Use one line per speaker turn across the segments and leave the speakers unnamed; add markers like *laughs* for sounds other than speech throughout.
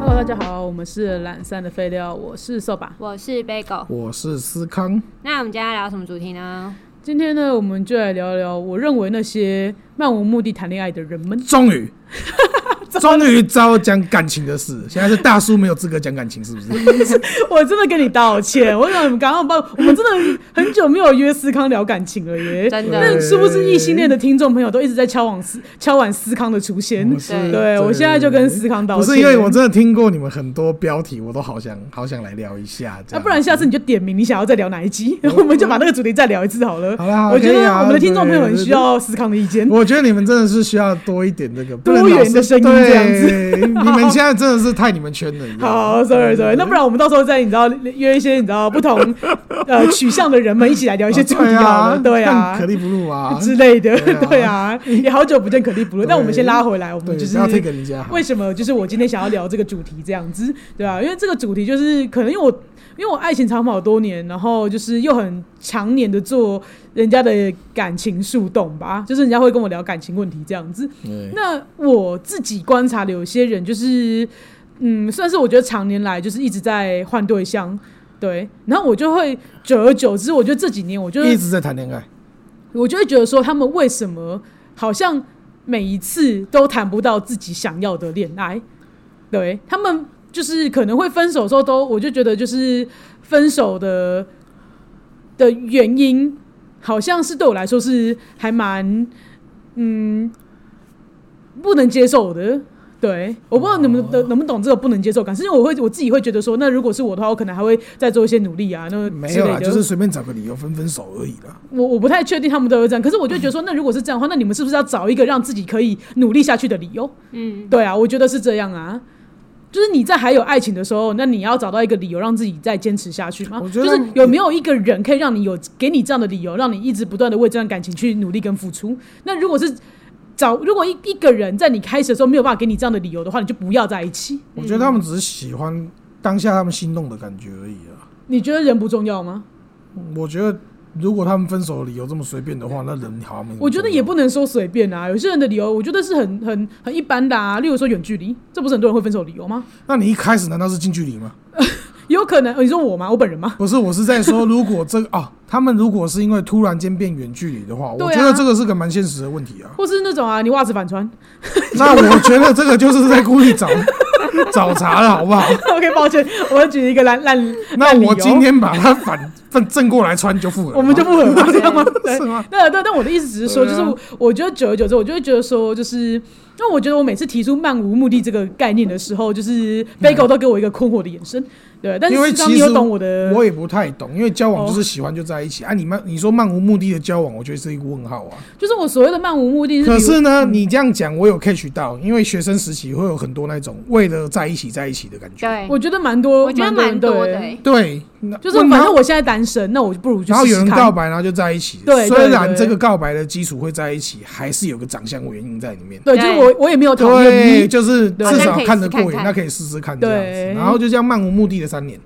Hello，大家好，我们是懒散的废料，我是瘦吧。
我是 Bagel。
我是思康，
那我们今天要聊什么主题呢？
今天呢，我们就来聊聊我认为那些漫无目的谈恋爱的人们。
终于，终于知道讲感情的事。现在是大叔没有资格讲感情，是不是？
*laughs* 我真的跟你道歉，我想刚刚把我们真的很久没有约思康聊感情了耶。
真
哎那
的，
是不是异性恋的听众朋友都一直在敲往思敲碗思康的出现？
不是
对
对我现在就跟思康道
不
歉，
是因为我真的听过你们很多标题，我都好想好想来聊一下。
那、
这样
啊不然下次你就点名你想要再聊哪一集， *laughs* 我们就把那个主题再聊一次好了。
哦好啦好啦
我觉
可以
得
啊
我们的听众朋友很
对
需要思康的意见。
我觉得你们真的是需要多一点这个
多元的声音这样子
子。对你们现在真的是太你们圈了。你知道吗
*laughs*
啊
好，sorry sorry，那不然我们到时候再你知道约一些你知道不同呃
*laughs*
取向的人们一起来聊一些主题好了，对
对啊，
啊
看可。立不入
*laughs*
啊，
之类的，
对啊
对啊，也好久不见可立不论。
对
但我们先拉回来，我们
对，
就
不
是
要推给人家好。
为什么就是我今天想要聊这个主题这样子，对啊，因为这个主题就是可能因为我因为我爱情长跑多年，然后就是又很常年的做人家的感情树洞吧，就是人家会跟我聊感情问题这样子。
对
那我自己观察的有些人就是，嗯，算是我觉得常年来就是一直在换对象。对，然后我就会久而久之，我觉得这几年我就
一直在谈恋爱，
我就会觉得说，他们为什么好像每一次都谈不到自己想要的恋爱？对他们就是可能会分手的时候都，我就觉得就是分手的的原因，好像是对我来说是还蛮嗯不能接受的。对，我不知道你们的
哦
能不能懂这个不能接受感，是因为我会我自己会觉得说，那如果是我的话，我可能还会再做一些努力啊，那
没
之
有
类
啦，
的。
就是随便找个理由分分手而已啦。
我我不太确定他们都会这样，可是我就觉得说，那如果是这样的话，那你们是不是要找一个让自己可以努力下去的理由？
嗯，
对啊，我觉得是这样啊。就是你在还有爱情的时候，那你要找到一个理由让自己再坚持下去吗？
我觉
就
得
是有没有一个人可以让你有给你这样的理由，让你一直不断的为这段感情去努力跟付出？那如果是找如果一一个人在你开始的时候没有办法给你这样的理由的话，你就不要在一起。
我觉得
嗯
他们只是喜欢当下他们心动的感觉而已啊。
你觉得人不重要吗？
我觉得如果他们分手的理由这么随便的话，那人好像没什么
我觉得也
重
不能说随便啊，有些人的理由我觉得是很很很一般的啊，例如说远距离，这不是很多人会分手的理由吗？
要。那你一开始难道是近距离吗？
有可能、呃你说我吗？我本人吗？
不是，我是在说，如果这个 *laughs* 啊，他们如果是因为突然间变远距离的话，
对啊
我觉得这个是个蛮现实的问题啊。
或是那种啊，你袜子反穿 *laughs*
那我觉得这个就是在故意找找茬了，好不好？
？OK，抱歉，我要举一个烂烂
那
烂理由
我今天把它反反正过来穿就负了，
我们就不合嘛，这样吗？对
是吗？
那对，但我的意思只是说，就
对啊
是我我觉得久而久之，我就会觉得说，就是因为我觉得我每次提出漫无目的这个概念的时候，就是 Bagel 都给我一个困惑的眼神，对。但是
因为
事实上
其
你
实
有懂我的，
我也不太懂，因为交往就
哦
是喜欢就在一起、啊。你漫你说漫无目的的交往，我觉得是一个问号啊。
就是我所谓的漫无目的是比如，嗯
可是呢，你这样讲我有 catch 到，因为学生时期会有很多那种为了在一起在一起的感觉。
对，
我觉得蛮多，
我觉得蛮
蛮人
多
对
的欸，
对，那
就是
问
反
然
正
后
我现在单身，那我就不如去
然后
试
有
试
人
看
告白，然后就在一起。
对对
虽然
对
这个告白的基础会在一起，还是有个长相原因在里面。
对，就是
对
我我也没有讨厌
对，
你，
就是
对
至少
好像可以
看得过
试看
眼，
看
那可以试试看这样
对
子。然后就这样漫无目的的三年。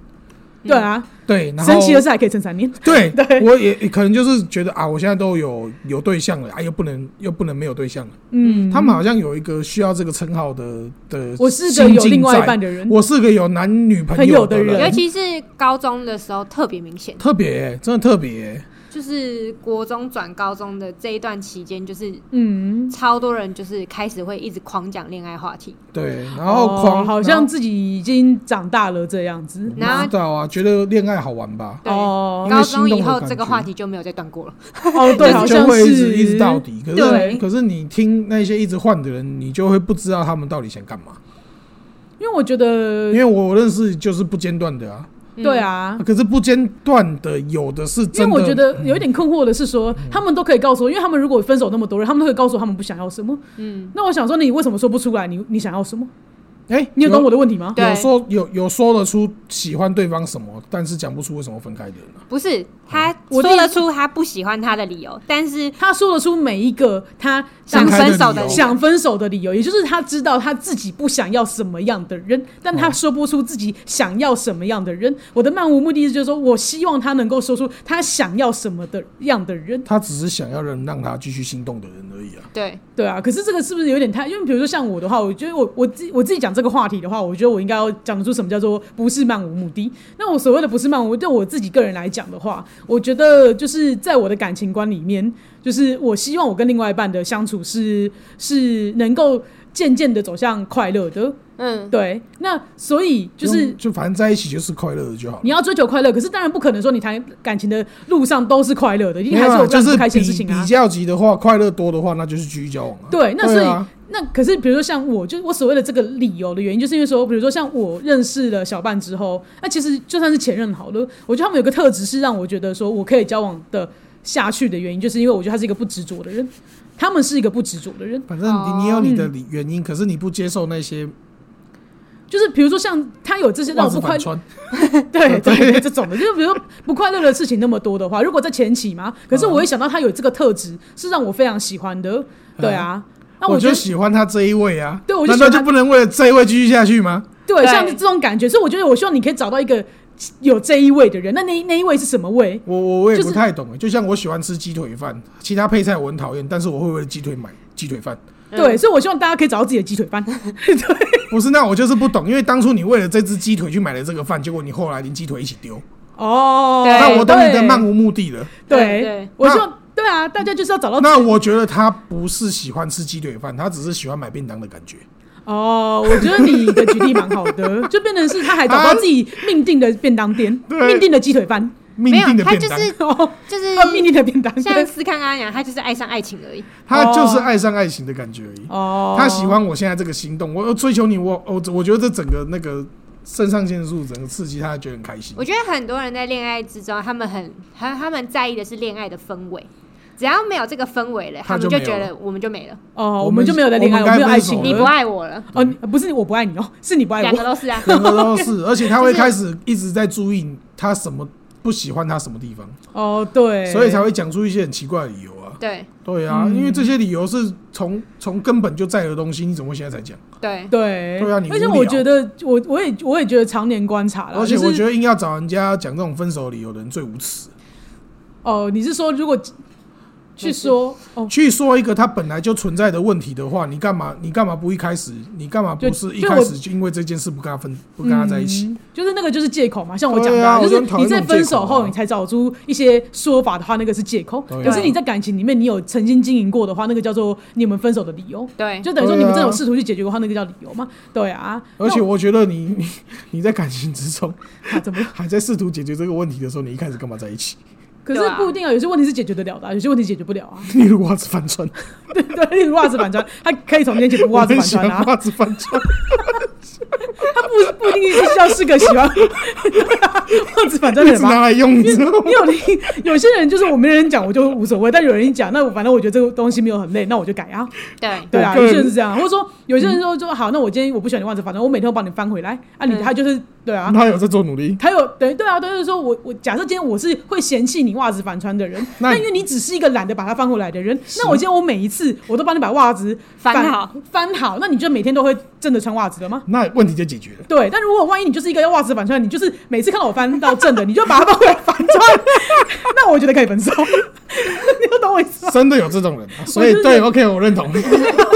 对啊，
对，
嗯
然后
神奇的是还可以撑三年， *laughs*
对
对，
我也可能就是觉得啊，我现在都有有对象了，啊，又不能又不能没有对象了。
嗯，
他们好像有一个需要这个称号的的，
我是个有另外一半的人，
我是个有男女朋友的
朋友的
尤
人
人，
其是高中的时候特别明显，
特别、欸，真的特别、欸。
就是国中转高中的这一段期间，就是
嗯，
超多人就是开始会一直狂讲恋爱话题，
对，然后
哦
狂、
好像自己已经长大了这样子，
然后不知道啊，觉得恋爱好玩吧？
对，
哦
*laughs* 因
高
为心
中
动
以
的
后
感
这个
觉
话题就没有再断过了，
哦，对，好
就
像
会
是
一直一直到底。可
对
是可是你听那些一直换的人，你就会不知道他们到底想干嘛。
因为我觉
因
得，
为我认识就是不间断的啊，
嗯
对，啊。
可是不间断的有的是
因
真
为
的。嗯
我觉得有一点困惑的是说，他们都可以告诉我，因为他们如果分手那么多人，他们都可以告诉我他们不想要什么。
嗯，
那我想说，你为什么说不出来你？你想要什么？
哎、
你有懂我的问题吗？
对
有说有有说得出喜欢对方什么，但是讲不出为什么分开的人啊、
不是他
我
说
的意
得
思
出他不喜欢他的理由，但是
他说得出每一个他
想
分开的
分手的
理由
理由
想分手的理由，也就是他知道他自己不想要什么样的人，但他说不出自己想要什么样的人。我的漫无目的就是说我希望他能够说出他想要什么的样的人，
他只是想要人让他继续心动的人而已啊。
对，
对啊。可是这个是不是有点太？因为比如说像我的话，我觉得我我自己我自己讲这这个话题的话，我觉得我应该要讲出什么叫做不是漫无目的。那我所谓的不是漫无，对我自己个人来讲的话，我觉得就是在我的感情观里面，就是我希望我跟另外一半的相处是是能够渐渐的走向快乐的。
嗯，
对，那所以就是
就反正在一起就是快乐的就好。
你要追求快乐，可是当然不可能说你谈感情的路上都是快乐的，一定
没
还
有
是有
啊
让
就
你
是
不开心的事
比
情
比
啊。
较级的话，快乐多的话，那就是继续交往啊。
对，那所
对
以、
啊
那可是比如说像我，就是我所谓的这个理由的原因，就是因为说，比如说像我认识了小半之后，那其实就算是前任好了，我觉得他们有个特质是让我觉得说我可以交往的下去的原因，就是因为我觉得他是一个不执着的人，他们是一个不执着的人。
反正你你有你的理原因，可是你不接受那些
就是比如说像他有这些让
袜
我不
子
快
反
乐，
穿，
对对这种的，就是比如说不快乐的事情那么多的话，如果在前期嘛，可是我一想到他有这个特质，是让我非常喜欢的，对啊。那
我
觉
就
得
喜欢他这一位啊。
对我就
难
喜
道
欢他
就不能为了这一位继续下去吗？
对，
对
像这种感觉，所以我觉得我希望你可以找到一个有这一位的人。那那一那一位是什么位？
我我我也
就是
不太懂欸。就像我喜欢吃鸡腿饭，其他配菜我很讨厌，但是我会为了鸡腿买鸡腿饭。
嗯
对，所以我希望大家可以找到自己的鸡腿
*laughs*
饭。对，
不是，那我就是不懂，因为当初你为了这只鸡腿去买了这个饭，结果你后来连鸡腿一起丢，
哦，
对
那我懂你的漫
对
无目的了。
对
对
对，
我希望对啊，大家就是要找到
那我觉得他不是喜欢吃鸡腿饭，他只是喜欢买便当的感觉。
哦，我觉得你的举例蛮好的， *laughs* 就变成是他还找到自己命定的便当店，
啊对嗯
命定的鸡腿饭， *laughs*
命
没有
定的
他
便
就
当，
是
哦，
就是
哦命定的便当，
像
*laughs* 对，
斯康阿雅，他就是爱上爱情而已。
他就是爱上爱情的感觉而已。
哦，
他喜欢我现在这个行动，我我追求你，我我我觉得这整个那个肾上腺素整个刺激，他觉得很开心
我。觉得很多人在恋爱之中，他们很他他们在意的是恋爱的氛围，只要没有这个氛围了，
他
他
就
们
没有
就觉得我们就没了，
哦，我
我
们
们
就没有在恋爱，
我
我
们
没有
该
爱
分手
情
了
你不爱我了，
哦，你不是我不爱你哦，是你
哎
不爱
两个
我，
都是
*laughs*
啊。
两个都是，而且他会开始一直在注意他什么不喜欢他什么地方，
哦，对，
所以才会讲出一些很奇怪的理由啊。
对
对啊，
嗯
因为这些理由是从从根本就在的东西，你怎么会现在才讲？
对，
对，
对啊你
而且
无聊
我觉得，我我也我也觉得常年观察了，
而且
就是
我觉得硬要找人家讲这种分手理由的人最无耻。
哦、你是说如果去说哦，
去说一个他本来就存在的问题的话，你干嘛？你干嘛不一开始？你干嘛不
就是
一
就
开
我
始就因为这件事不跟他分，不跟他在一起？
嗯就是那个就是借口嘛，像我讲
对
的、
啊我
就
就是很讨
你
厌
在
这种
分
借口
手后，
啊
你才找出一些说法的话，那个是借口。
对啊
可是你在感情里面，你有曾经经营过的话，那个叫做你们分手的理由。
对，
就等于说你们
对
真
啊
的有试图去解决的话，那个叫理由嘛？对啊，
而且
那我
我觉得你你 *laughs* 你在感情之中
啊怎么了？
还在试图解决这个问题的时候，你一开始干嘛在一起？ *laughs*
可是
对啊
不一定啊，有些问题是解决得了的啊、有些问题解决不了啊。 *laughs*
例如袜子反穿，
对对，例如袜子反穿，他可以从今天起不袜
我
子
很
反
喜
穿
欢
啊，
袜子反穿，
他不不一定是要是个喜欢 *laughs* 袜子反穿的
一
人
直
吧？
拿来 *laughs* 用，你知道
*laughs*
吗
因？为我听有些人就是我没人讲我就无所谓，但有人一讲，那我反正我觉得这个东西没有很累，那我就改啊，
对
对啊，
我个
有
人
些人是这样，或者说有些人说就好，那我今天我不喜欢你袜子，反正我每天都帮你翻回来啊，你
嗯
他就是对啊。
他有在做努力，
他有对对啊，对就是说我我假设今天我是会嫌弃你袜子反穿的人，
那
那因为你只是一个懒得把它翻回来的人，那我今天我每一次我都帮你把袜子
翻好
翻好，那你就每天都会真的穿袜子了吗？
那问题就解决了。
对，但如果万一你就是一个要袜子反穿，你就是每次看到我翻到正的，你就把它放回来反穿， *laughs* 那我觉得可以分手。 *laughs* 你就懂我意思吗？
*laughs* 真的有这种人、
*laughs*
啊，所以
就是
对，OK，我认同，？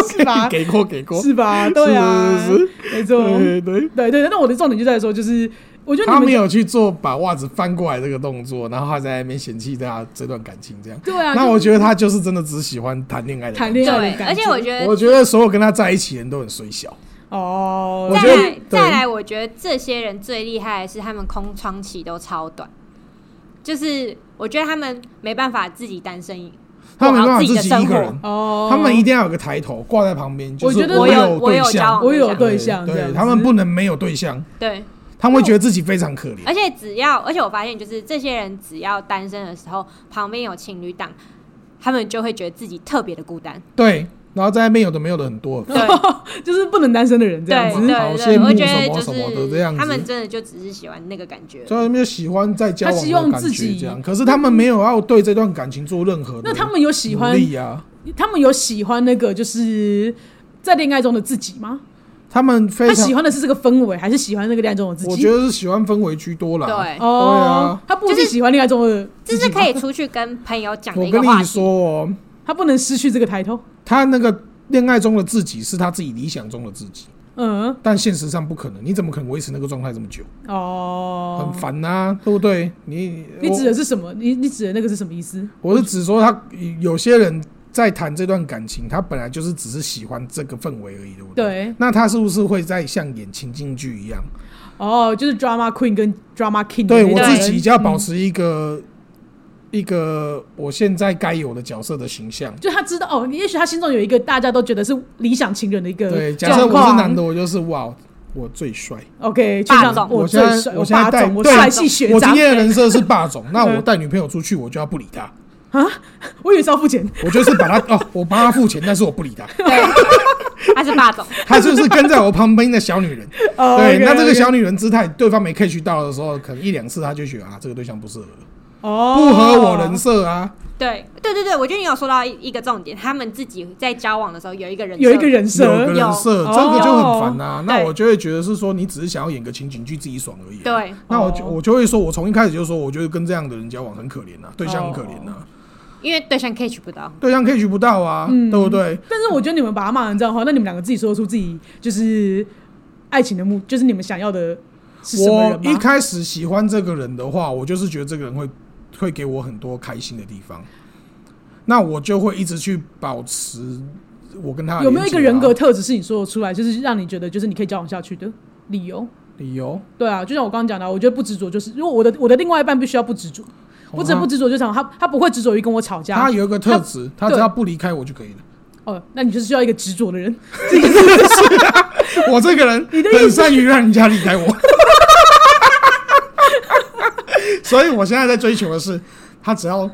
是吧
*laughs* 给过给过，
是吧？对啊，
是是
没错，
对对。
对对。那我的重点就在说，就是我觉得
他
你
没
们
有去做把袜子翻过来这个动作，然后他在那边嫌弃他这段感情这样。
对啊，
那
就
我觉得他就是真的只喜欢谈恋爱的感
谈
觉。
恋爱的
对，
感觉，
而且我觉
我
得
觉得所有跟他在一起的人都很水小，
哦，
我觉
再
得
来
对
再来，我觉得这些人最厉害的是他们空窗期都超短，就是我觉得他们没办法自己单身，
他没办法
自己
自
的
己
生
一个
活
人，
哦，
他们一定要有个抬头挂在旁边，就
我
是
觉得
我
我有
我
对
有交
象
往，
我有
对
对象这样
对
子，
他们不能没有对象，
对，
他们会觉得自己非常可怜。
而且只要，而且我发现就是这些人只要单身的时候，旁边有情侣档，他们就会觉得自己特别的孤单。
对，然后在那边有的没有的很多，
对
*laughs* 就是不能单身的人这样
对
子。
好
对
羡
对，
慕哦
我觉得
什么
就
什么的这样
是
子
他们真的就只是喜欢那个感觉。
所以他们就喜欢在交往
他希望
的感
自
觉
己
这样，可是他们没有要对这段感情做任何的
那他们有喜欢
努，力啊，
他们有喜欢那个就是在恋爱中的自己吗？
他们非
他
常
喜，欢的是这个氛围，还是喜欢那个恋爱中的自己？
我觉得是喜欢氛围居多啦。
对，
哦
对啊，
他不一
就
定
是
喜欢恋爱中的
这
自己
是
吧，
可以出去跟朋友讲的
我
一
跟
个话
你
题。
说哦，
他不能失去这个抬头。
他那个恋爱中的自己是他自己理想中的自己，
嗯，
但现实上不可能，你怎么可能维持那个状态这么久？
哦，
很烦呐、对不对？你
你
我
指的是什么？你你指的那个是什么意思？
我是指说他有些人在谈这段感情，他本来就是只是喜欢这个氛围而已，对不对？
对，
那他是不是会在像演情境剧一样？
哦，就是 drama queen 跟 drama king 的
对
那
我
种
自己
人
就要保
嗯
持一个、一个我现在该有的角色的形象。
就他知道哦，也许他心中有一个大家都觉得是理想情人的一个
对，假设
状
我是
况。
男的，我就是哇，我最帅。
OK，就像
霸总
我
我
最
现在
帅，
我现在
霸
带
总，我
对
帅气学
我今
长，
天的人设是
*laughs*
霸总，那我
嗯
带女朋友出去，我就要不理他，
我以为是要付钱，
我就是把他哦，我帮他付钱，但是我不理他，
他是霸总，
他就是跟在我旁边的小女
*laughs*
人。
哦
对，
，OK，
那这个
OK
小女人姿态，对方没 catch 到的时候，可能一两次他就觉得啊，这个对象不适合，
哦
不合我人设啊。
对 *laughs* 对对对，我觉得你有说到一一个重点，他们自己在交往的时候有一个人
有一
设
个人
有个
设，
人设，
有
这个就很烦啊。那
对
我就会觉得是说，你只是想要演个情景剧自己爽而已啊。
对，
那我就
哦
我就会说，我从一开始就说，我觉得跟这样的人交往很可怜呐、啊，对象很可怜呐、啊，
因为对象 catch 不到，
对象 catch 不到啊，
嗯
对不对？
但是我觉得你们把他骂成这样的话，那你们两个自己说出自己就是爱情的目，就是你们想要的是什么
我
人
一
吗？
开始喜欢这个人的话，我就是觉得这个人会会给我很多开心的地方，那我就会一直去保持我跟他的
有没有一
连接
个
啊
人格特质是你说得出来，就是让你觉得就是你可以交往下去的理由？
理由？
对啊，就像我刚刚讲的，我觉得不执着就是，如果我的我的另外一半必须要不执着，我只不
哦
执着就想他他不会执着于跟我吵
他他
架。
有一个特质，他
对
只要不离开我就可以了。
哦，那你就是需要一个执着的人。
*laughs* 我这个人很善于让人家离开我， *laughs* 所以我现在在追求的是，他只要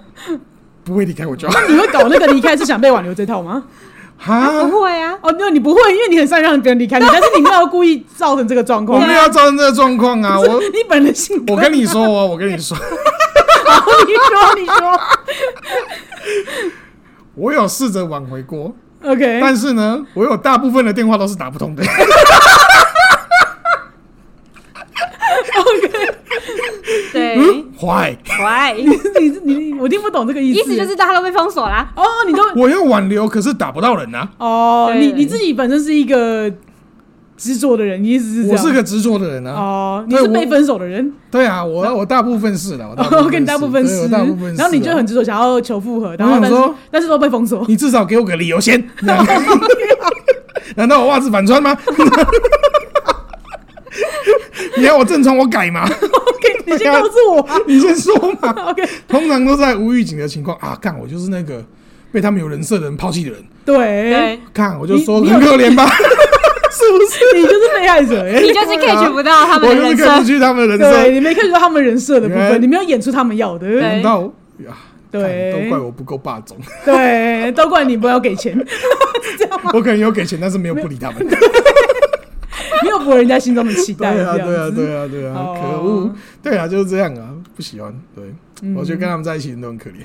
不会离开
*laughs*
我就好。
你会搞那个离开是想被挽留这套吗？ *laughs*
哈，
不会啊，
哦，那你不会，因为你很善良让别人离开你，但是你没有故意造成这个状
我
况
没。有造成这个状况啊！
*laughs*
我
你本人的性格，
我跟你说哦，我跟你说， *laughs*
你说，你说
我有试着挽回过，
*laughs* ，OK，
但是呢，我有大部分的电话都是打不通的。 *laughs* 嗯
对，
坏， *laughs*
喂，
*laughs* 你你你我听不懂这个意思，
意思就是他都被封锁啦，
哦，你都
我要挽留，可是打不到人啊！
哦，
对
你你自己本身是一个执着的人，你意思是这
我
样？
是个执着的人啊。
哦，你
对
是
我
被分手的人，
对啊，我我大部分是的，我大部分
*laughs* 哦，跟你大部分
是对
是，
我大部分是啊。
然后你就很执着想要求复合，然后
我
但是
想说
但是都被封锁，
你至少给我个理由先。
*laughs*
难道我袜子反穿吗？ *laughs* 你要我正穿我改吗？ *laughs*
你先告诉我 *laughs*
你先说嘛。
，OK，
通常都是在无预警的情况啊，干我就是那个被他们有人设的人抛弃的人，
对，
对，
看我就
你
说
你
很
有
可
*laughs*
怜吧， *laughs* 是不是？
你就是被害者哎
你。就是 catch 不到他们
我
的
就是
人
看不
设，
去他们的人
对，
设，
你没看到他们人设的部
原来
分，你没有演出他们要的，
对
难道呀？
对
啊看都怪我不够霸总， *laughs*
对，都怪你不要给钱， *laughs*
我可能有给钱，但是没有不理他们。
没有博人家心中的期
对
待，这
啊，
样
对啊，
子
对啊，对啊，
哦嗯
可恶！对啊，就是这样啊，不喜欢。对，我觉得跟他们在一起人都很可怜。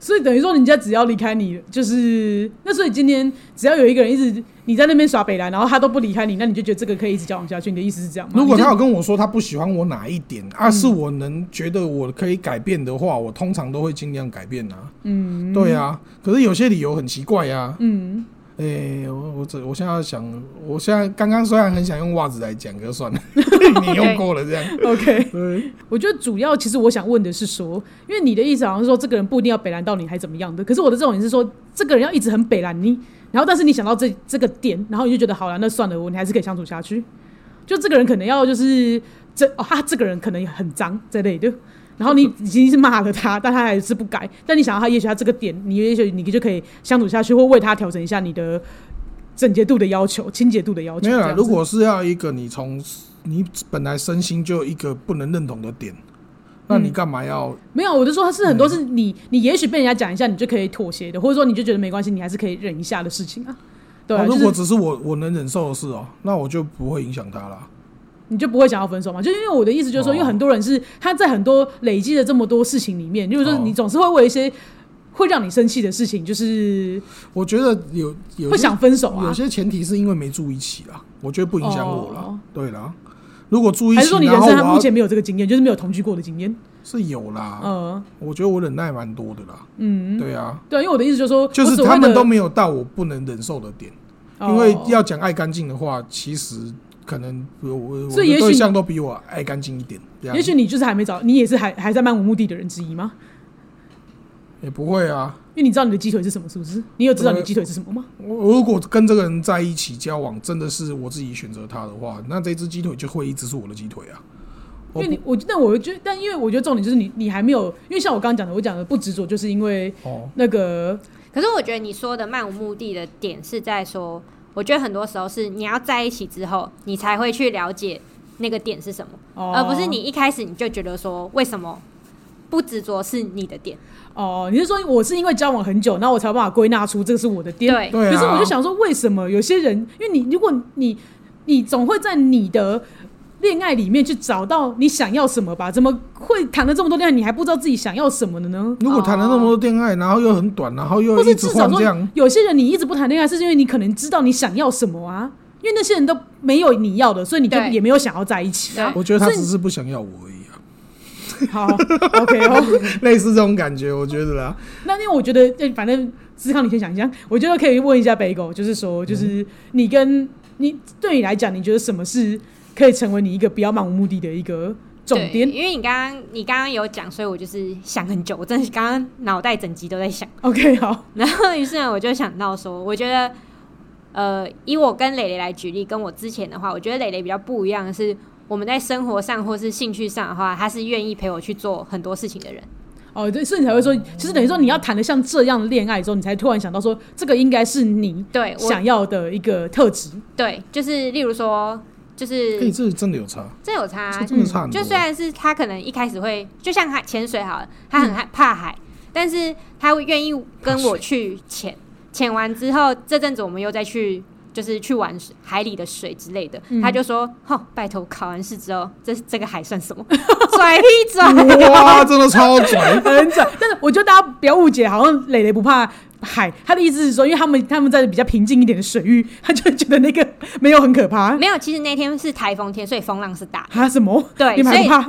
所以等于说，人家只要离开你，就是那所以今天只要有一个人一直你在那边耍北兰，然后他都不离开你，那你就觉得这个可以一直交往下去。你的意思是这样吗？
如果他
你嗯
有跟我说他不喜欢我哪一点，而是我能觉得我可以改变的话，我通常都会尽量改变啊。嗯，对啊。可是有些理由很奇怪啊。
就嗯，
哎，我我这我现在要想，我现在刚刚虽然很想用袜子来讲，可是
*laughs*
算了，你用过了这样。
OK，
对，
我觉得主要其实我想问的是说，因为你的意思好像是说这个人不一定要北兰到你还怎么样的，可是我的这种也是说，这个人要一直很北兰你，然后但是你想到这这个点，然后你就觉得好了，那算了，我你还是可以相处下去。就这个人可能要就是这哦，他这个人可能也很脏这类的。然后你已经是骂了他，但他还是不改。但你想到他，也许他这个点，你也许你就可以相处下去，或为他调整一下你的整洁度的要求、清洁度的要求。
没有
这
啦。
样子
如果是要一个你从你本来身心就有一个不能认同的点，那你干嘛要？哦
没有，我就说他是很多是
嗯
你，你也许被人家讲一下，你就可以妥协的，或者说你就觉得没关系，你还是可以忍一下的事情啊。对啊，
哦
就
如
是
果只是我我能忍受的事哦，那我就不会影响他了。
你就不会想要分手嘛？就是因为我的意思就是说，
哦
因为很多人是他在很多累积的这么多事情里面，就是说
哦
你总是会为一些会让你生气的事情，就是
我觉得有有
会
些
想分手啊
有。些前提是因为没住一起啦，我觉得不影响我啦。
哦
对啦，如果住一
还是
起
说，你人
然后我
生他目
要
前没有这个经验，就是没有同居过的经验？
是有啦，
嗯
我觉得我忍耐蛮多的啦。
嗯，
对啊，
对啊，因为我的意思就是说，
就
我
是
所谓
他们
的
都没有到我不能忍受的点。
哦
因为要讲爱干净的话，其实可能我我我
所以也
的
许
对象都比我爱干净一点，这样
也许你就是还没找，你也是还还在漫无目的的人之一吗？
也不会啊。
因为你知道你的鸡腿是什么，是不是？你有知道
呃
你的鸡腿是什么吗？
我我如果跟这个人在一起交往，真的是我自己选择他的话，那这只鸡腿就会一直是我的鸡腿啊。
因
我
为你我但我觉得，但因为我觉得重点就是你你还没有，因为像我刚刚讲的，我讲的不执着，就是因为
不哦，
那个
可是我觉得你说的漫无目的的点是在说，我觉得很多时候是你要在一起之后，你才会去了解那个点是什么，
哦，
呃而不是你一开始你就觉得说为什么不执着是你的点。
哦，你是说我是因为交往很久，然后我才有办法归纳出这个是我的点？
对
对啊。
可是我就想说，为什么有些人，因为你如果你你总会在你的恋爱里面去找到你想要什么吧？怎么会谈了这么多恋爱，你还不知道自己想要什么的呢？
如果谈了那么多恋爱，然后又很短，然后又
或
一
是
直
至少
换这
说
样，，
有些人你一直不谈恋爱，是因为你可能知道你想要什么啊。因为那些人都没有你要的，所以你就
对
也没有想要在一起啊。
对
我觉得他
所以
只是不想要我而已啊， *laughs*
*laughs* 好，OK 哦。
类似这种感觉，我觉得啦。
那因为我觉得，呃反正思康，你先想一下，我觉得可以问一下北狗，就是说，就是你跟你对你来讲，你觉得什么是可以成为你一个不要漫无目的的一个重
对
点
因为你刚刚你刚刚有讲，所以我就是想很久，我真的是刚刚脑袋整集都在想。
？OK，好，
*laughs* 然后于是呢，我就想到说，我觉得，呃，以我跟蕾蕾来举例，跟我之前的话，我觉得蕾蕾比较不一样的是，我们在生活上或是兴趣上的话，她是愿意陪我去做很多事情的人。
哦，对，所以你才会说，其实等于说你要谈的像这样的恋爱之后，你才突然想到说，这个应该是你
对，我
想要的一个特质。
对，就是例如说，就是
哎，这真的有差，
这有差啊，
这真的差很多
就。虽然是他可能一开始会，就像他潜水好了，他很害怕海，但是他会愿意跟我去潜，潜完之后这阵子我们又再去。就是去玩水海里的水之类的，
嗯
他就说：“哼，拜托，考完试之后，这这个海
*laughs*
算什么？拽屁拽！
哇，真的超
*laughs*
拽！
很准，但是我觉得大家不要误解，好像磊磊不怕海，他的意思是说，因为他们他们在比较平静一点的水域，他就觉得那个没有很可怕。，
没有，其实那天是台风天，所以风浪是大
啊什么？
对
你们还不怕？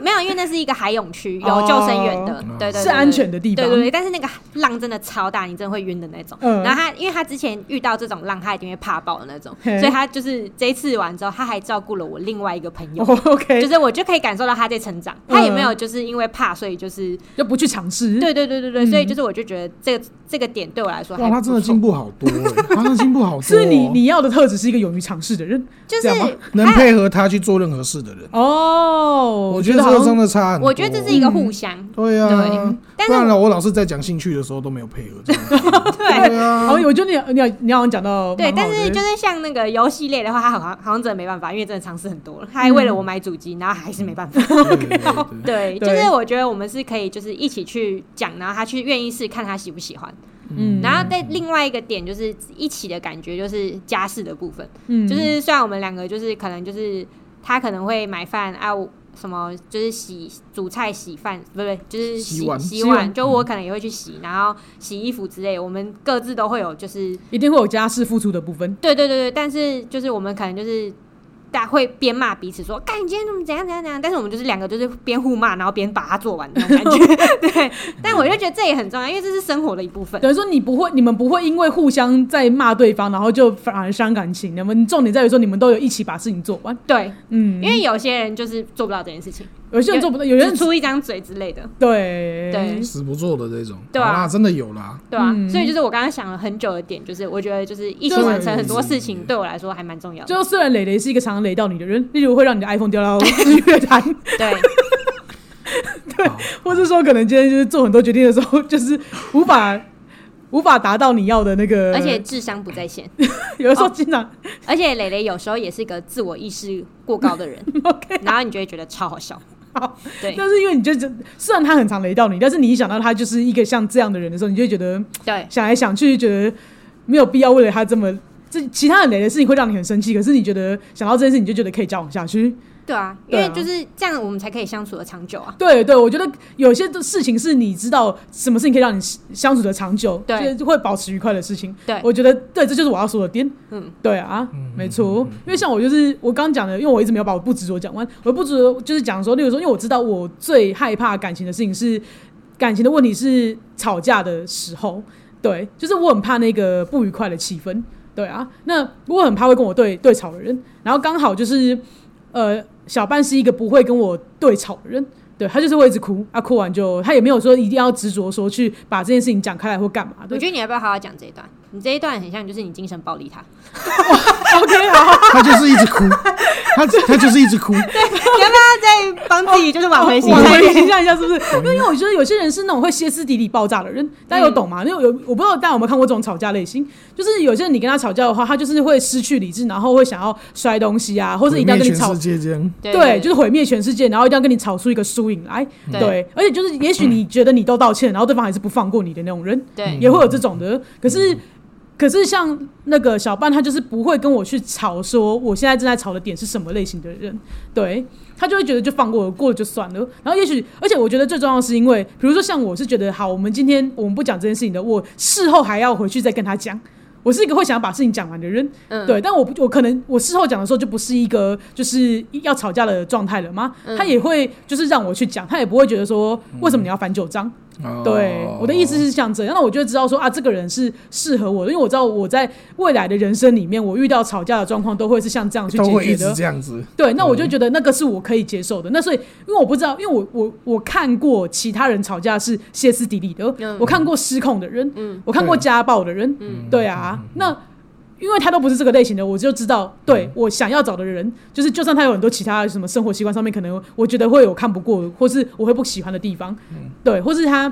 没有，因为那是一个海泳区，有
哦
救生员的，对对对，
是安全的地方
对对对，但是那个浪真的超大，你真的会晕的那种。
嗯
然后他，因为他之前遇到这种浪，他一定会怕爆的那种，
嘿
所以他就是这一次完之后，他还照顾了我另外一个朋友。
哦，OK， *laughs*
*laughs* 就是我就可以感受到他在成长，他也
嗯
没有就是因为怕，所以就是
就不去尝试。
对对对对对，所以就是我就觉得这个这个点对我来说还
哇，他真的
不错
进步好多欸，他真的进
*laughs*
步好多哦。
所以你你要的特质是一个勇于尝试的人，
就
这样吗
是
能
他
配合他去做任何事的人，
哦。
我觉
觉
得
好
这个真
像
的差很多。
我觉得这是一个互相，
对啊
对，但是
不然呢，我老是在讲兴趣的时候都没有配合。真的
*laughs* 对
对啊
哦好，，我觉得你你好你好像讲到蛮
对，
嗯好
但
的
是就是像那个游戏类的话，他好像好像真的没办法，因为真的尝试很多了，他还为了我买主机，然后还是没办法。
对
*laughs*
对对对
对，就
对
是我觉得我们是可以就是一起去讲，然后他去愿意试，看他喜不喜欢。
嗯，
然后在另外一个点就是一起的感觉，就是家事的部分，
嗯
就是虽然我们两个就是可能就是他可能会买饭啊。我什么就是洗煮菜、洗饭，不对，就是
洗
洗
碗
洗
洗碗
碗。就我可能也会去洗，然后洗衣服之类，我们各自都会有就是
一定会有家事付出的部分。
对对对对，但是就是我们可能就是大家会边骂彼此说，干你今天怎么怎样怎样怎样，但是我们就是两个就是边互骂，然后边把它做完的那种
*laughs*
感觉。对，但我就觉得这也很重要，因为这是生活的一部分。
等于说你不会，你们不会因为互相在骂对方，然后就反而伤感情。那么重点在于说，你们都有一起把事情做完。
对，
嗯，
因为有些人就是做不到这件事情，
有些人做不到，有些
只
人
出一张嘴之类的，
对
对
死不做的这种，
对啊
好啦真的有啦。
对啊。
嗯
所以就是我刚刚想了很久的点，就是我觉得就是一起
就是
完成很多事情，
嗯
对我来说还蛮重要的。
就虽然磊磊是一个常常雷到你的人，例如会让你的 iPhone 掉到 *laughs* 日月潭，
对，
*laughs* 或是说可能今天就是做很多决定的时候， *laughs* 就是无法 *laughs* 无法达到你要的那个，
而且哦智商不在线，
*laughs* 有的时候经常、
而且蕾蕾有时候也是个自我意识过高的人，
*laughs* OK
然后你就会觉得超好笑。
好，
对
但是因为你就觉得虽然他很常雷到你，但是你一想到他就是一个像这样的人的时候，你就会觉得
对，
想来想去，觉得没有必要为了他这么。这其他的雷的事情会让你很生气，可是你觉得想到这件事，你就觉得可以交往下去。
对啊，因
对啊
为就是这样，我们才可以相处的长久啊。
对对，我觉得有些事情是你知道什么事情可以让你相处的长久，
对
就是会保持愉快的事情。
对
我觉得对，这就是我要说的点。
嗯，
对啊，没错，因为像我就是我刚讲的，因为我一直没有把我不执着讲完，我不执着就是讲说，例如说，因为我知道我最害怕感情的事情是感情的问题是吵架的时候，对，就是我很怕那个不愉快的气氛。对啊，那不过很怕会跟我对对吵的人，然后刚好就是呃，小半是一个不会跟我对吵的人，对他就是会一直哭，啊，哭完就他也没有说一定要执着说去把这件事情讲开来或干嘛
我
的
觉得你要不要好好讲这一段？你这一段很像就是你精神暴
*laughs*
力他，
，OK 好，
他就是一直哭，他他就是一直哭，
你要不要再帮自己就是挽回心
哦我
态？
回形象一下是不是？因为我觉得有些人是那种会歇斯底里爆炸的人，大家有懂吗？因为有我不知道大家有没有看过这种吵架类型，就是有些人你跟他吵架的话，他就是会失去理智，然后会想要摔东西啊， *laughs* 或者一定要跟你
全
吵
世界这样，
对
对，就是毁灭全世界，然后一定要跟你吵出一个输赢来。
对
对，而且就是，也许你觉得你都道歉，然后对方还是不放过你的那种人，
对
也会有这种的。可是，可是像那个小半，他就是不会跟我去吵，说我现在正在吵的点是什么类型的人，对他就会觉得就放过过了就算了。然后也许，而且我觉得最重要的是因为，比如说像我是觉得，好，我们今天我们不讲这件事情的，我事后还要回去再跟他讲。我是一个会想把事情讲完的人，
嗯
对，但我不我可能我事后讲的时候就不是一个就是要吵架的状态了吗？
嗯
他也会就是让我去讲，他也不会觉得说为什么你要翻旧账，
哦
对，我的意思是像这样，那我就会知道说啊，这个人是适合我的，因为我知道我在未来的人生里面，我遇到吵架的状况都会是像这样去
都会
解
一
决
直
的。
这样嗯子，
对，那我就觉得那个是我可以接受的。那所以，因为我不知道，因为我我我看过其他人吵架是歇斯底里的，
嗯
我看过失控的人，
嗯
我看过家暴的人，
嗯
对啊，那。因为他都不是这个类型的，我就知道，
嗯
对我想要找的人，就是就算他有很多其他什么生活习惯上面，可能我觉得会有看不过，或是我会不喜欢的地方，
嗯
对，或是他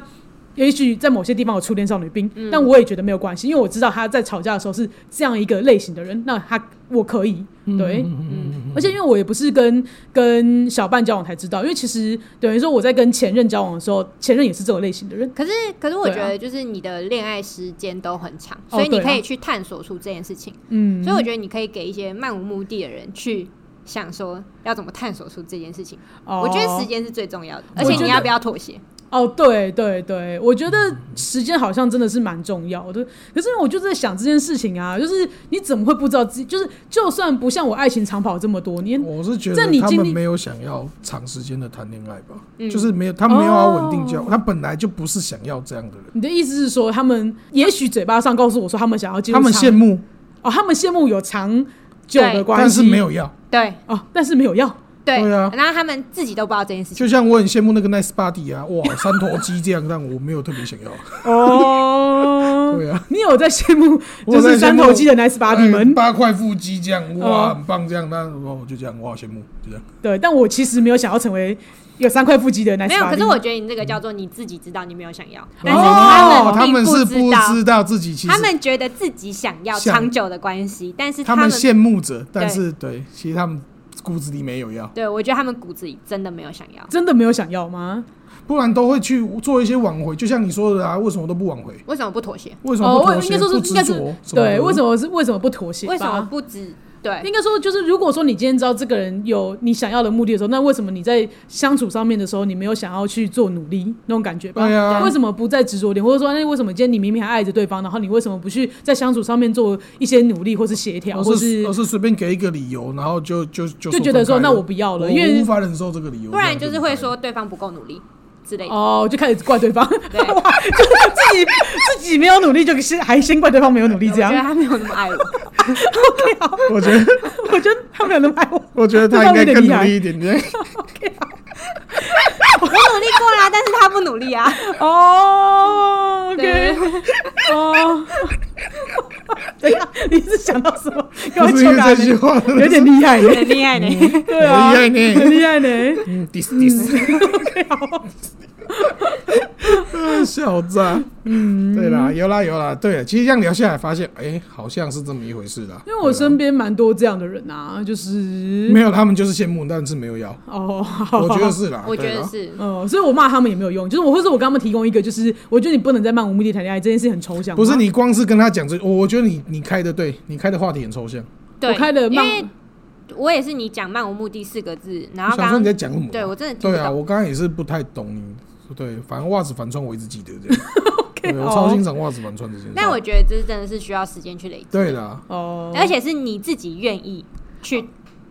也许在某些地方有初恋少女兵，
嗯
但我也觉得没有关系，因为我知道他在吵架的时候是这样一个类型的人，那他我可以，
嗯
嗯
对，嗯而且因为我也不是跟跟小半交往才知道，因为其实等于说我在跟前任交往的时候，前任也是这种类型的人，
可是，可是我
对
觉
啊
得就是你的恋爱时间都很长，
哦
所以你
对啊
可以去探索出这件事情。
嗯，
所以我觉得你可以给一些漫无目的的人去想说要怎么探索出这件事情。我觉得时间是最重要的，而且
哦我觉
你
得
要不要妥协？
哦，对对对，我觉得时间好像真的是蛮重要的。可是我就在想这件事情啊，就是你怎么会不知道自己？就是就算不像我爱情长跑这么多年，
嗯我是觉
这
得
你
他
经
们
历
没有想要长时间的谈恋爱吧，
嗯
就是没有他没有要稳定交，
哦
往，他本来就不是想要这样的人，
你的意思是说，他们也许嘴巴上告诉我说他们想要进入
他们
长
羡慕，
哦，他们羡慕有长久
对
的关系，
但是没有要。
对
哦，但是没有
*laughs*
要。
对
对啊
然后他们自己都不知道这件事情。
就像我很羡慕那个 Nice Body 啊，哇，三头肌这样，但我没有特别
*laughs*
想要。
哦，
对啊，
你有在羡慕
我有
就
在羡慕
是三头肌的 nice body
哎
们？
八块腹肌这样，哇，
哦
很棒这样。那我就这样，我好羡慕，就这样。
对，但我其实没有想要成为有三块腹肌的 nice body。
没有，可是我觉得你这个叫做你自己知道你没有想要，
哎
但是
哦，
他
他
们
们
并
是
知
不
道，
知道自己其实
他们觉得自己想要
想
长久的关系，但是
他
们
们羡慕着，但是对，其实他们骨子里没有要，
对我觉得他们骨子里真的没有想要。
真的没有想要吗？
不然都会去做一些挽回。就像你说的啊，为什么都不挽回？
为什么不妥协？
为什么
哦，
不
我
妥
应
协？
该说
不
是
执
应该是？
着什么
对，
的
为什么是为什么不妥协吧？
为什么不止？对，
应该说就是，如果说你今天知道这个人有你想要的目的的时候，那为什么你在相处上面的时候，你没有想要去做努力那种感觉吧？
对啊
为什么不再执着点，或者说，哎那为什么今天你明明还爱着对方，然后你为什么不去在相处上面做一些努力，或是协调，
我
或
是
是
我是随便给一个理由，然后就就
就
就说
觉得说
分开
那我不要
我
了，因为
无法忍受这个理由，
不然
这
就
样
是会
分开
说对方不够努力之类的。
哦，就开始怪对方，
对，我
*laughs* 哇，就是自己自己没有努力，就先还先怪对方没有努力这
觉得
样。
他没有那么爱我。
我觉得，
我觉得他没有那么爱我。
我觉得
*laughs*
他应该更努力一点点。
我努力过啦，但是他不努力
*laughs*
啊。
哦
对
，OK，哦，等一下，你是想到什么？
不
刚
是
才敲
因为
打
这
的
句话，真的
有点厉害耶，
很厉害
嗯
呢。
对啊，
很厉害呢
很厉害呢。
嗯，dis dis，小子，嗯，对啦，有啦有啦，对了，其实这样聊下来，发现哎、好像是这么一回事啦。
因为我身边蛮多这样的人啊，就是
嗯
没有，他们就是羡慕，但是没有
*laughs*
要，
哦，好
我觉得。是啦，
我觉
对
得
啦。
是，
哦，所以我骂他们也没有用，就是我或者我跟他们提供一个，就是我觉得你不能在漫无目的谈恋爱，这件事很抽象。
不是，你光是跟他讲这，我我觉得你你开的对，你开的话题很抽象。
对，
我开的
因
慢
为我也是你讲“漫无目的”四个字，然
我
后
想
刚
说
刚
你在讲什么？
对我真的听不
对啊，
懂。
我刚刚也是不太懂你，对，反正袜子反穿我一直记得
*laughs*
这样，
OK，哦
对我
好
超欣赏袜子反穿这件事。
但我觉得这真的是需要时间去累积，
对啦，
哦，
而且是你自己愿意去，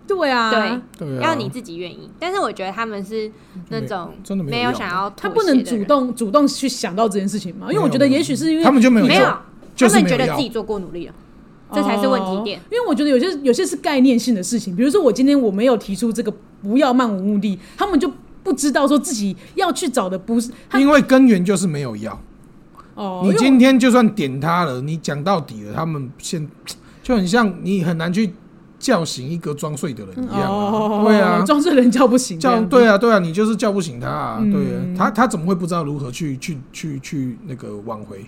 对啊，
对，
哦对啊，
要你自己愿意。但是我觉得他们是那种
真的没有
没有
要
想要
他
妥协的人，
不能主动主动去想到这件事情嘛，因为我觉得也许是因为
他们就没有
没
要
有，
就是
他们
没有
觉得
要
自己做过努力了，这才是问题点
哦。因为我觉得有些有些是概念性的事情，比如说我今天我没有提出这个不要漫无目的，他们就不知道说自己要去找的不是他
因为根源就是没有要。
哦，
你
因为
今天就算点他了，你讲到底了，他们现就很像你很难去叫醒一个装睡的人一样、啊，
哦，
对啊，
装睡人叫不醒，
叫对啊，对啊，你就是叫不醒他、啊，
嗯
对啊，他他怎么会不知道如何去去去去那个挽回？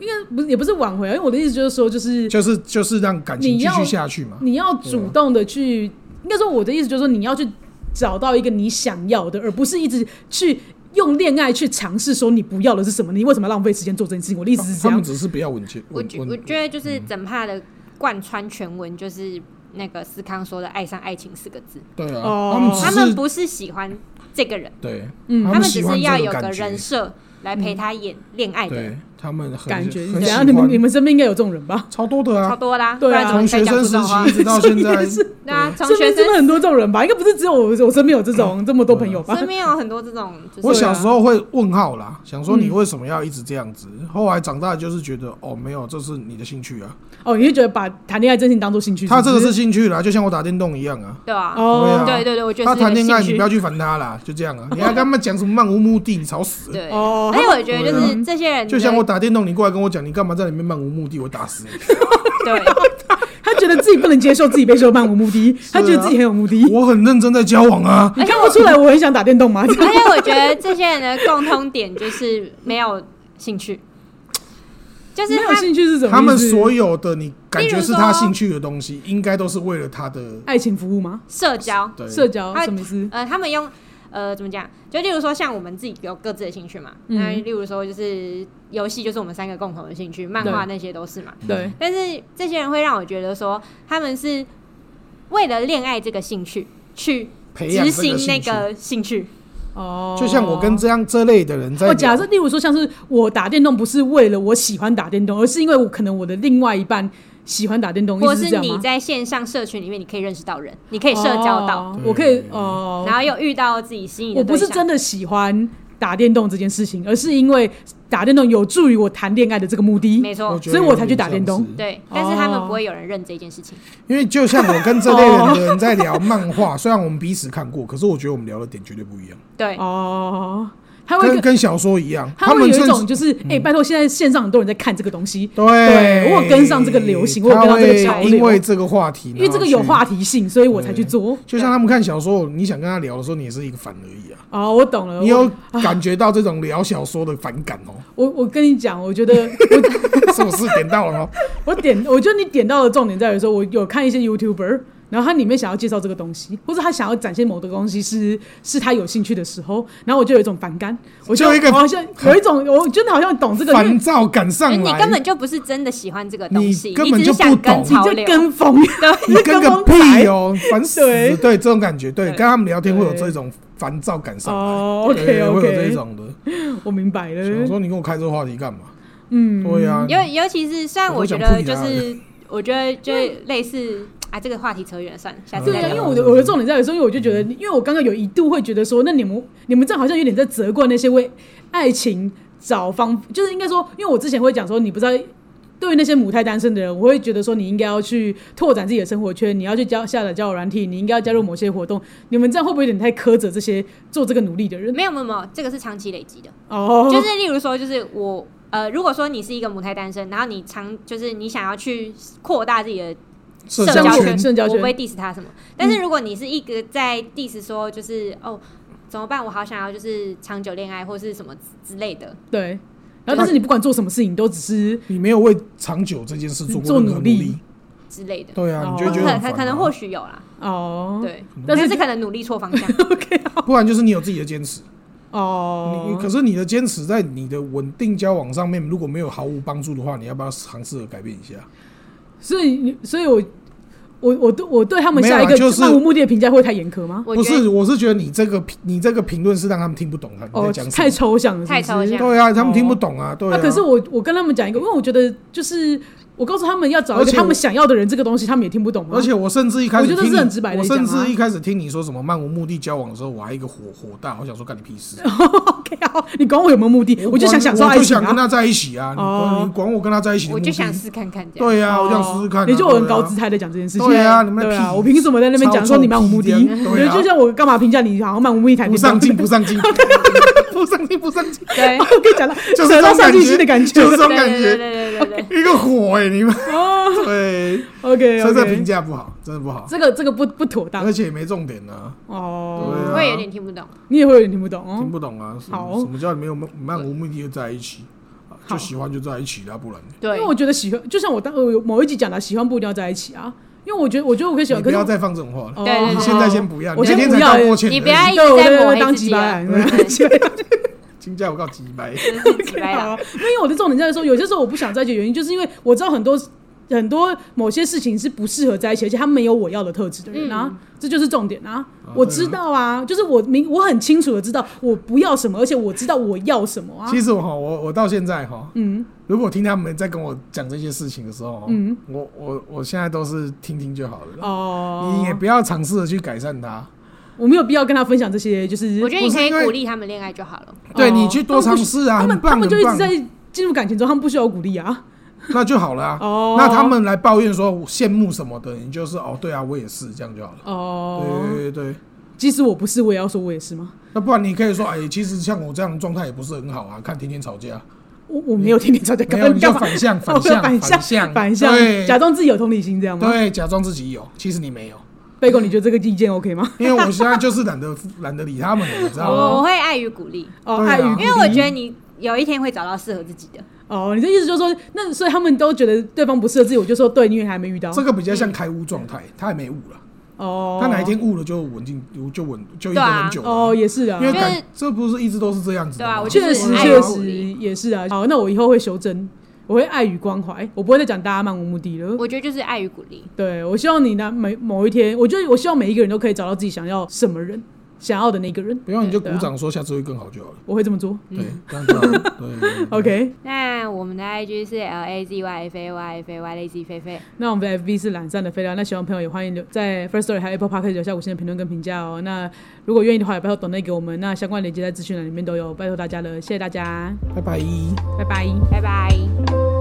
应该不是也不是挽回啊，因为我的意思就是说，就是
就是就是让感情
你
继
要
续下去嘛。
你要主动的去，应该说我的意思就是说，你要去找到一个你想要的，而不是一直去用恋爱去尝试说你不要的是什么，你为什么要浪费时间做这件事情？我的意思是这
他
样
们。只是不要稳健，
我
稳
觉我
稳
觉得就是
嗯
整帕的贯穿全文就是那个思康说的“爱上爱情”四个字，
对啊
哦，
他们
是
他
只
们
是
不是喜欢这个人，
对，
嗯
他
他们
喜
只
欢
是要
这
有
个
个
感
人
觉，嗯
设来陪他演恋爱的人
对他们很
感觉，
很
等
喜
下
欢
你们你们身边应该有这种人吧？
超多的
超
啊，
多啦，
对啊
不然怎么
从
会
学
讲
生
出这
时
种话
期一直到现在
也， *laughs* 是
对啊，从
身
学
边真的
生
很多这种人吧？应该不是只有我，我身边有这
嗯
种这么多朋友吧？
身边有很多这种，就是
我小时候会问号啦，想
嗯
说你为什么要一直这样子？后来长大就是觉得哦，没有，这是你的兴趣啊，
哦，你就觉得把谈恋爱真心当做兴趣？
他这个
不
是兴趣啦，就像我打电动一样啊。
对啊，
哦
对对对，我觉得
他
是一个
谈恋爱，你
兴
不
趣
要去烦他啦，就 *laughs* 这样啊！你还跟他们讲什么漫无目的，你吵死！
对。
*laughs* 哦，
而且我觉得就
对
是
啊
这些人的，
就像我打电动，你过来跟我讲，你干嘛在里面漫无目的，我打死你！ *laughs*
对，
他觉得自己不能接受自己被说漫无目的，
*laughs* 啊
他觉得自己很有目的。
我很认真在交往啊，
*laughs* 你
哎
看不出来我很想打电动吗？
而且我觉得这些人的共通点就是没有兴趣，就
*laughs*
是
没有
他
兴趣是什么意思？
他们所有的你感觉是
例
他
如说
兴趣的东西，应该都是为了他的
爱情服务吗？
社交，
对嗯
社交
他
什么意思？
呃，他们用呃怎么讲？就例如说，像我们自己有各自的兴趣嘛，
嗯
那例如说就是游戏，就是我们三个共同的兴趣，漫画那些都是
嗯
嘛。
对，
但是这些人会让我觉得说，他们是为了恋爱这个兴趣去
培养
执
这兴
行
趣
那，个兴趣，
哦，
就像我跟这样这类的人在
哦，
聊。
假设例如说像是我打电动，不是为了我喜欢打电动，而是因为我可能我的另外一半喜欢打电动，
或
意思这
是
样
你
吗？
在线上社群里面，你可以认识到人，你可以社交
哦
到，
对
我可以哦
然。后又遇到自己心仪的
我不
对
是
象。
真的喜欢打电动这件事情，而是因为打电动有助于我谈恋爱的这个目的。
没错，
觉
哦
得
所以我才去打
有
电
点
动
像是
对，但是他们
哦
不会有人认这件事情。
因为就像我跟这类人的人在聊漫
*laughs*
画，虽然我们彼此看过，可是我觉得我们聊的点绝对不一样，
对，
哦，他会
跟
跟
跟小说一样，
他
们
会有
甚
一种
至
就是，哎，拜托，现在线上很多人在看这个东西，
对，
对我有跟上这个流行我有跟
他
上这个
会
潮流
因为这个话题，
因为这个有话，题性，所以我才去做。
就像他们看小说，你想跟他聊的时候，你也是一个反而已啊，
哦，我懂了。
你
我啊
有感觉到这种聊小说的反感哦， *laughs*
我我跟你讲，我觉得
是不是点到了
*laughs*
哦？
我点，我觉得你点到的重点在于说，我有看一些 YouTuber，然后他里面想要介绍这个东西，或者他想要展现某个东西是是他有兴趣的时候，然后我就有一种反感，我
就一个
我好像有一种，我真的好像懂这个，因为
烦躁感上
就
来，
哎
你根本就不是真的喜欢这个东西，
你根本
只是
就不
想跟
懂
潮
你
流
在。跟风，
你跟
你
个
跟
屁
风
哦，烦死！
对
对，这种感觉，对，
对
跟他们聊天会有这种烦躁感上来。
哦
对
，OK
会有这
OK，
种的。
我明白
想
了，
说你跟我开这个话题干嘛？
嗯，
对啊呀、
*laughs* 尤尤其是，虽然
我都
我觉
想
得
扑
就
你啊
是，我觉得就类似啊，这个话题扯远了，算了，下次
对啊
再
呀、
聊。
因为我的我的重点在于说，因为我就觉得，因为我刚刚有一度会觉得说，那你们你们这样好像有点在责怪那些为爱情找方，就是应该说，因为我之前会讲说，你不知道。对于那些母胎单身的人，我会觉得说你应该要去拓展自己的生活圈，你要去交下载交友软体，你应该要加入某些活动。你们这样会不会有点太苛责这些做这个努力的人？
没有没有没有，这个是长期累积的。
哦，
嗯就是例如说，就是我呃，如果说你是一个母胎单身，然后你长就是你想要去扩大自己的
社
交
交
圈
圈，
社交圈嗯
我不会 diss 他什么。但是如果你是一个在 diss 说就是哦怎么办，我好想要就是长久恋爱或是什么之类的，
对。然后，但是你不管做什么事情，你都只是
你没有为长久这件事做过
做
任何
努
努
力
力。
之类的，
对啊，
哦
你就
可
会觉得很
可
烦啊
可能或许有啦，
哦，，
对，
但
但
是
是可能努力错方
*laughs*
向。
不然就是你有自己的坚持。你
哦，
可是你的坚持在你的稳定交往上面，如果没有毫无帮助的话，你要不要尝试着改变一下？
所以你，所以我我我对我对他们下一
没
个
有啊就是
漫无目的的评价会太严苛吗？
我
不
觉
是，
得
我是觉得你这个评你这个评论是让他们听不懂他你
哦，
在讲什
太
么。
抽象了是不是，
太抽象
对啊，他们听不懂啊，对
那、
啊。
可是我我跟他们讲一个，因为我觉得就是我告诉他们要找一
而
个
且
他
我
们想要的人，这个东西他们也听不懂吗
而？且我甚至一开始
我觉得
听
是
你
很直白的
我
讲
甚
啊
至一开始听你说什么漫无目的交往的时候，我还一个火火大，我想说干你屁事。
*laughs* OK 好，你管我有没有目的，我就想享受
我
爱
就
情
想跟
啊。
他在一起啊！你
哦
管你管我跟他在一起的目
我
的，
就想试看看这样。
对啊，我想
哦
试试看啊。
你就很高
对啊
姿态的讲这件事情，
对啊你们
对啊，
屁
我凭什么在那边讲说你漫无目的？
超臭屁的对啊
就像我干嘛评价你好像漫无目的谈
不
恋
上
爱？
进，不上进，不上进，不上进，
*laughs*
对
我跟你讲了， *laughs*
就
扯
是这
到上
种感
进心
觉，
的感觉。
*laughs* 就是这种
对
感
对对
觉，
对对对
一个火哎，你们
哦
*laughs* 对，
，OK，
所以这评价不好，真的不好，
这个这个不不妥当
而且也没重点呢，
哦，
对啊
对，我也有点听不懂。
你也会有点听不懂
听
哦。
不懂啊。什么
好
什么叫没有漫漫无目的的在一起？啊
好
就喜欢就在一起啦，不然
因
对
为，我觉得喜欢，就像我当我有某一集讲的，喜欢不一定要在一起啊。因为我觉得，我觉得我可以喜
你
欢，
不
可是
要
我
再放这种话了。
哦
对对对
你
好
现在先不要，
我
你
先
今天才
不要
刚过去，
你不要一
对
直
我
在
在
抹
我
黑
当
自
鸡
己
巴
啊，
人，对
*laughs*
评价我告几百，
真是鸡掰
*laughs* 好
了。
*laughs*
啊，因为我的重点在于说，有些时候我不想在一起，的原因就是因为我知道很多很多某些事情是不适合在一起，而且他没有我要的特质的人啊，
嗯
这就是重点啊。
哦
我知道啊，就是我明我很清楚的知道我不要什么，而且我知道我要什么啊。
其实我哈，我我到现在哈，
嗯，
如果听他们在跟我讲这些事情的时候，
嗯
嗯，我我我现在都是听听就好了，你
哦
也，不要尝试的去改善它。
我没有必要跟他分享这些，就是
我觉得你
不
可
是
以
因为
鼓励他们恋爱就好了。
对
哦
你去多尝试啊，
他们
很
不他
棒，
们就一直
很棒
在进入感情中，他们不需要我鼓励啊。
那就好了啊。
哦，
那他们来抱怨说羡慕什么的，你就是哦，对啊，我也是这样就好了。
哦，
对对对对，
即使我不是，我也要说我也是吗？
那不然你可以说，哎，其实像我这样的状态也不是很好啊，看天天吵架，
我我没有天天吵架，
没
干嘛
有你就
干嘛？
反向
哦 *laughs*
反
对
向
反向
向
反向，
对
假装自己有同理心这样吗？
对，假装自己有，其实你没有，
贝狗，你觉得这个意见 OK 吗？
因为我现在就是懒得懒得理他们了，你知道吗？
我我会爱与鼓励，
哦，
啊对啊
爱与鼓励
因为我觉得你有一天会找到适合自己的。
哦，你的意思就是说，那所以他们都觉得对方不适合自己，我就说对，因为还没遇到
这个比较像开悟状态，他还没悟了，
哦，
他哪一天悟了就稳定，就稳就
对
一个
啊
很久了
哦，也是啊
因，为
就
感
是
这不是一直都是这样子的
对啊
吗
我觉得
确
就是
实
爱
确
与鼓
实
励
也是啊。好，那我以后会修正，我会爱与关怀，我不会再讲大家漫无目的了。
我觉得就是爱与鼓励。
对我希望你呢，每某一天，我觉得我希望每一个人都可以找到自己想要什么人，想要的那个人，
不用你就鼓
对啊
掌说下次会更好就好了。
我会这么做。
对，这样就好了。对对对
OK，
那我们的 IG 是 L A Z Y F A Y F A Y Lazy 菲菲，
那我们的 FB 是懒散的废料，那喜欢的朋友也欢迎留在 First Story 还有 Apple Podcast 留下五星的评论跟评价哦。那如果愿意的话，也拜托 donate 给我们，那相关链接在资讯栏里面都有，拜托大家了，谢谢大家，
拜拜。
拜拜。
拜拜。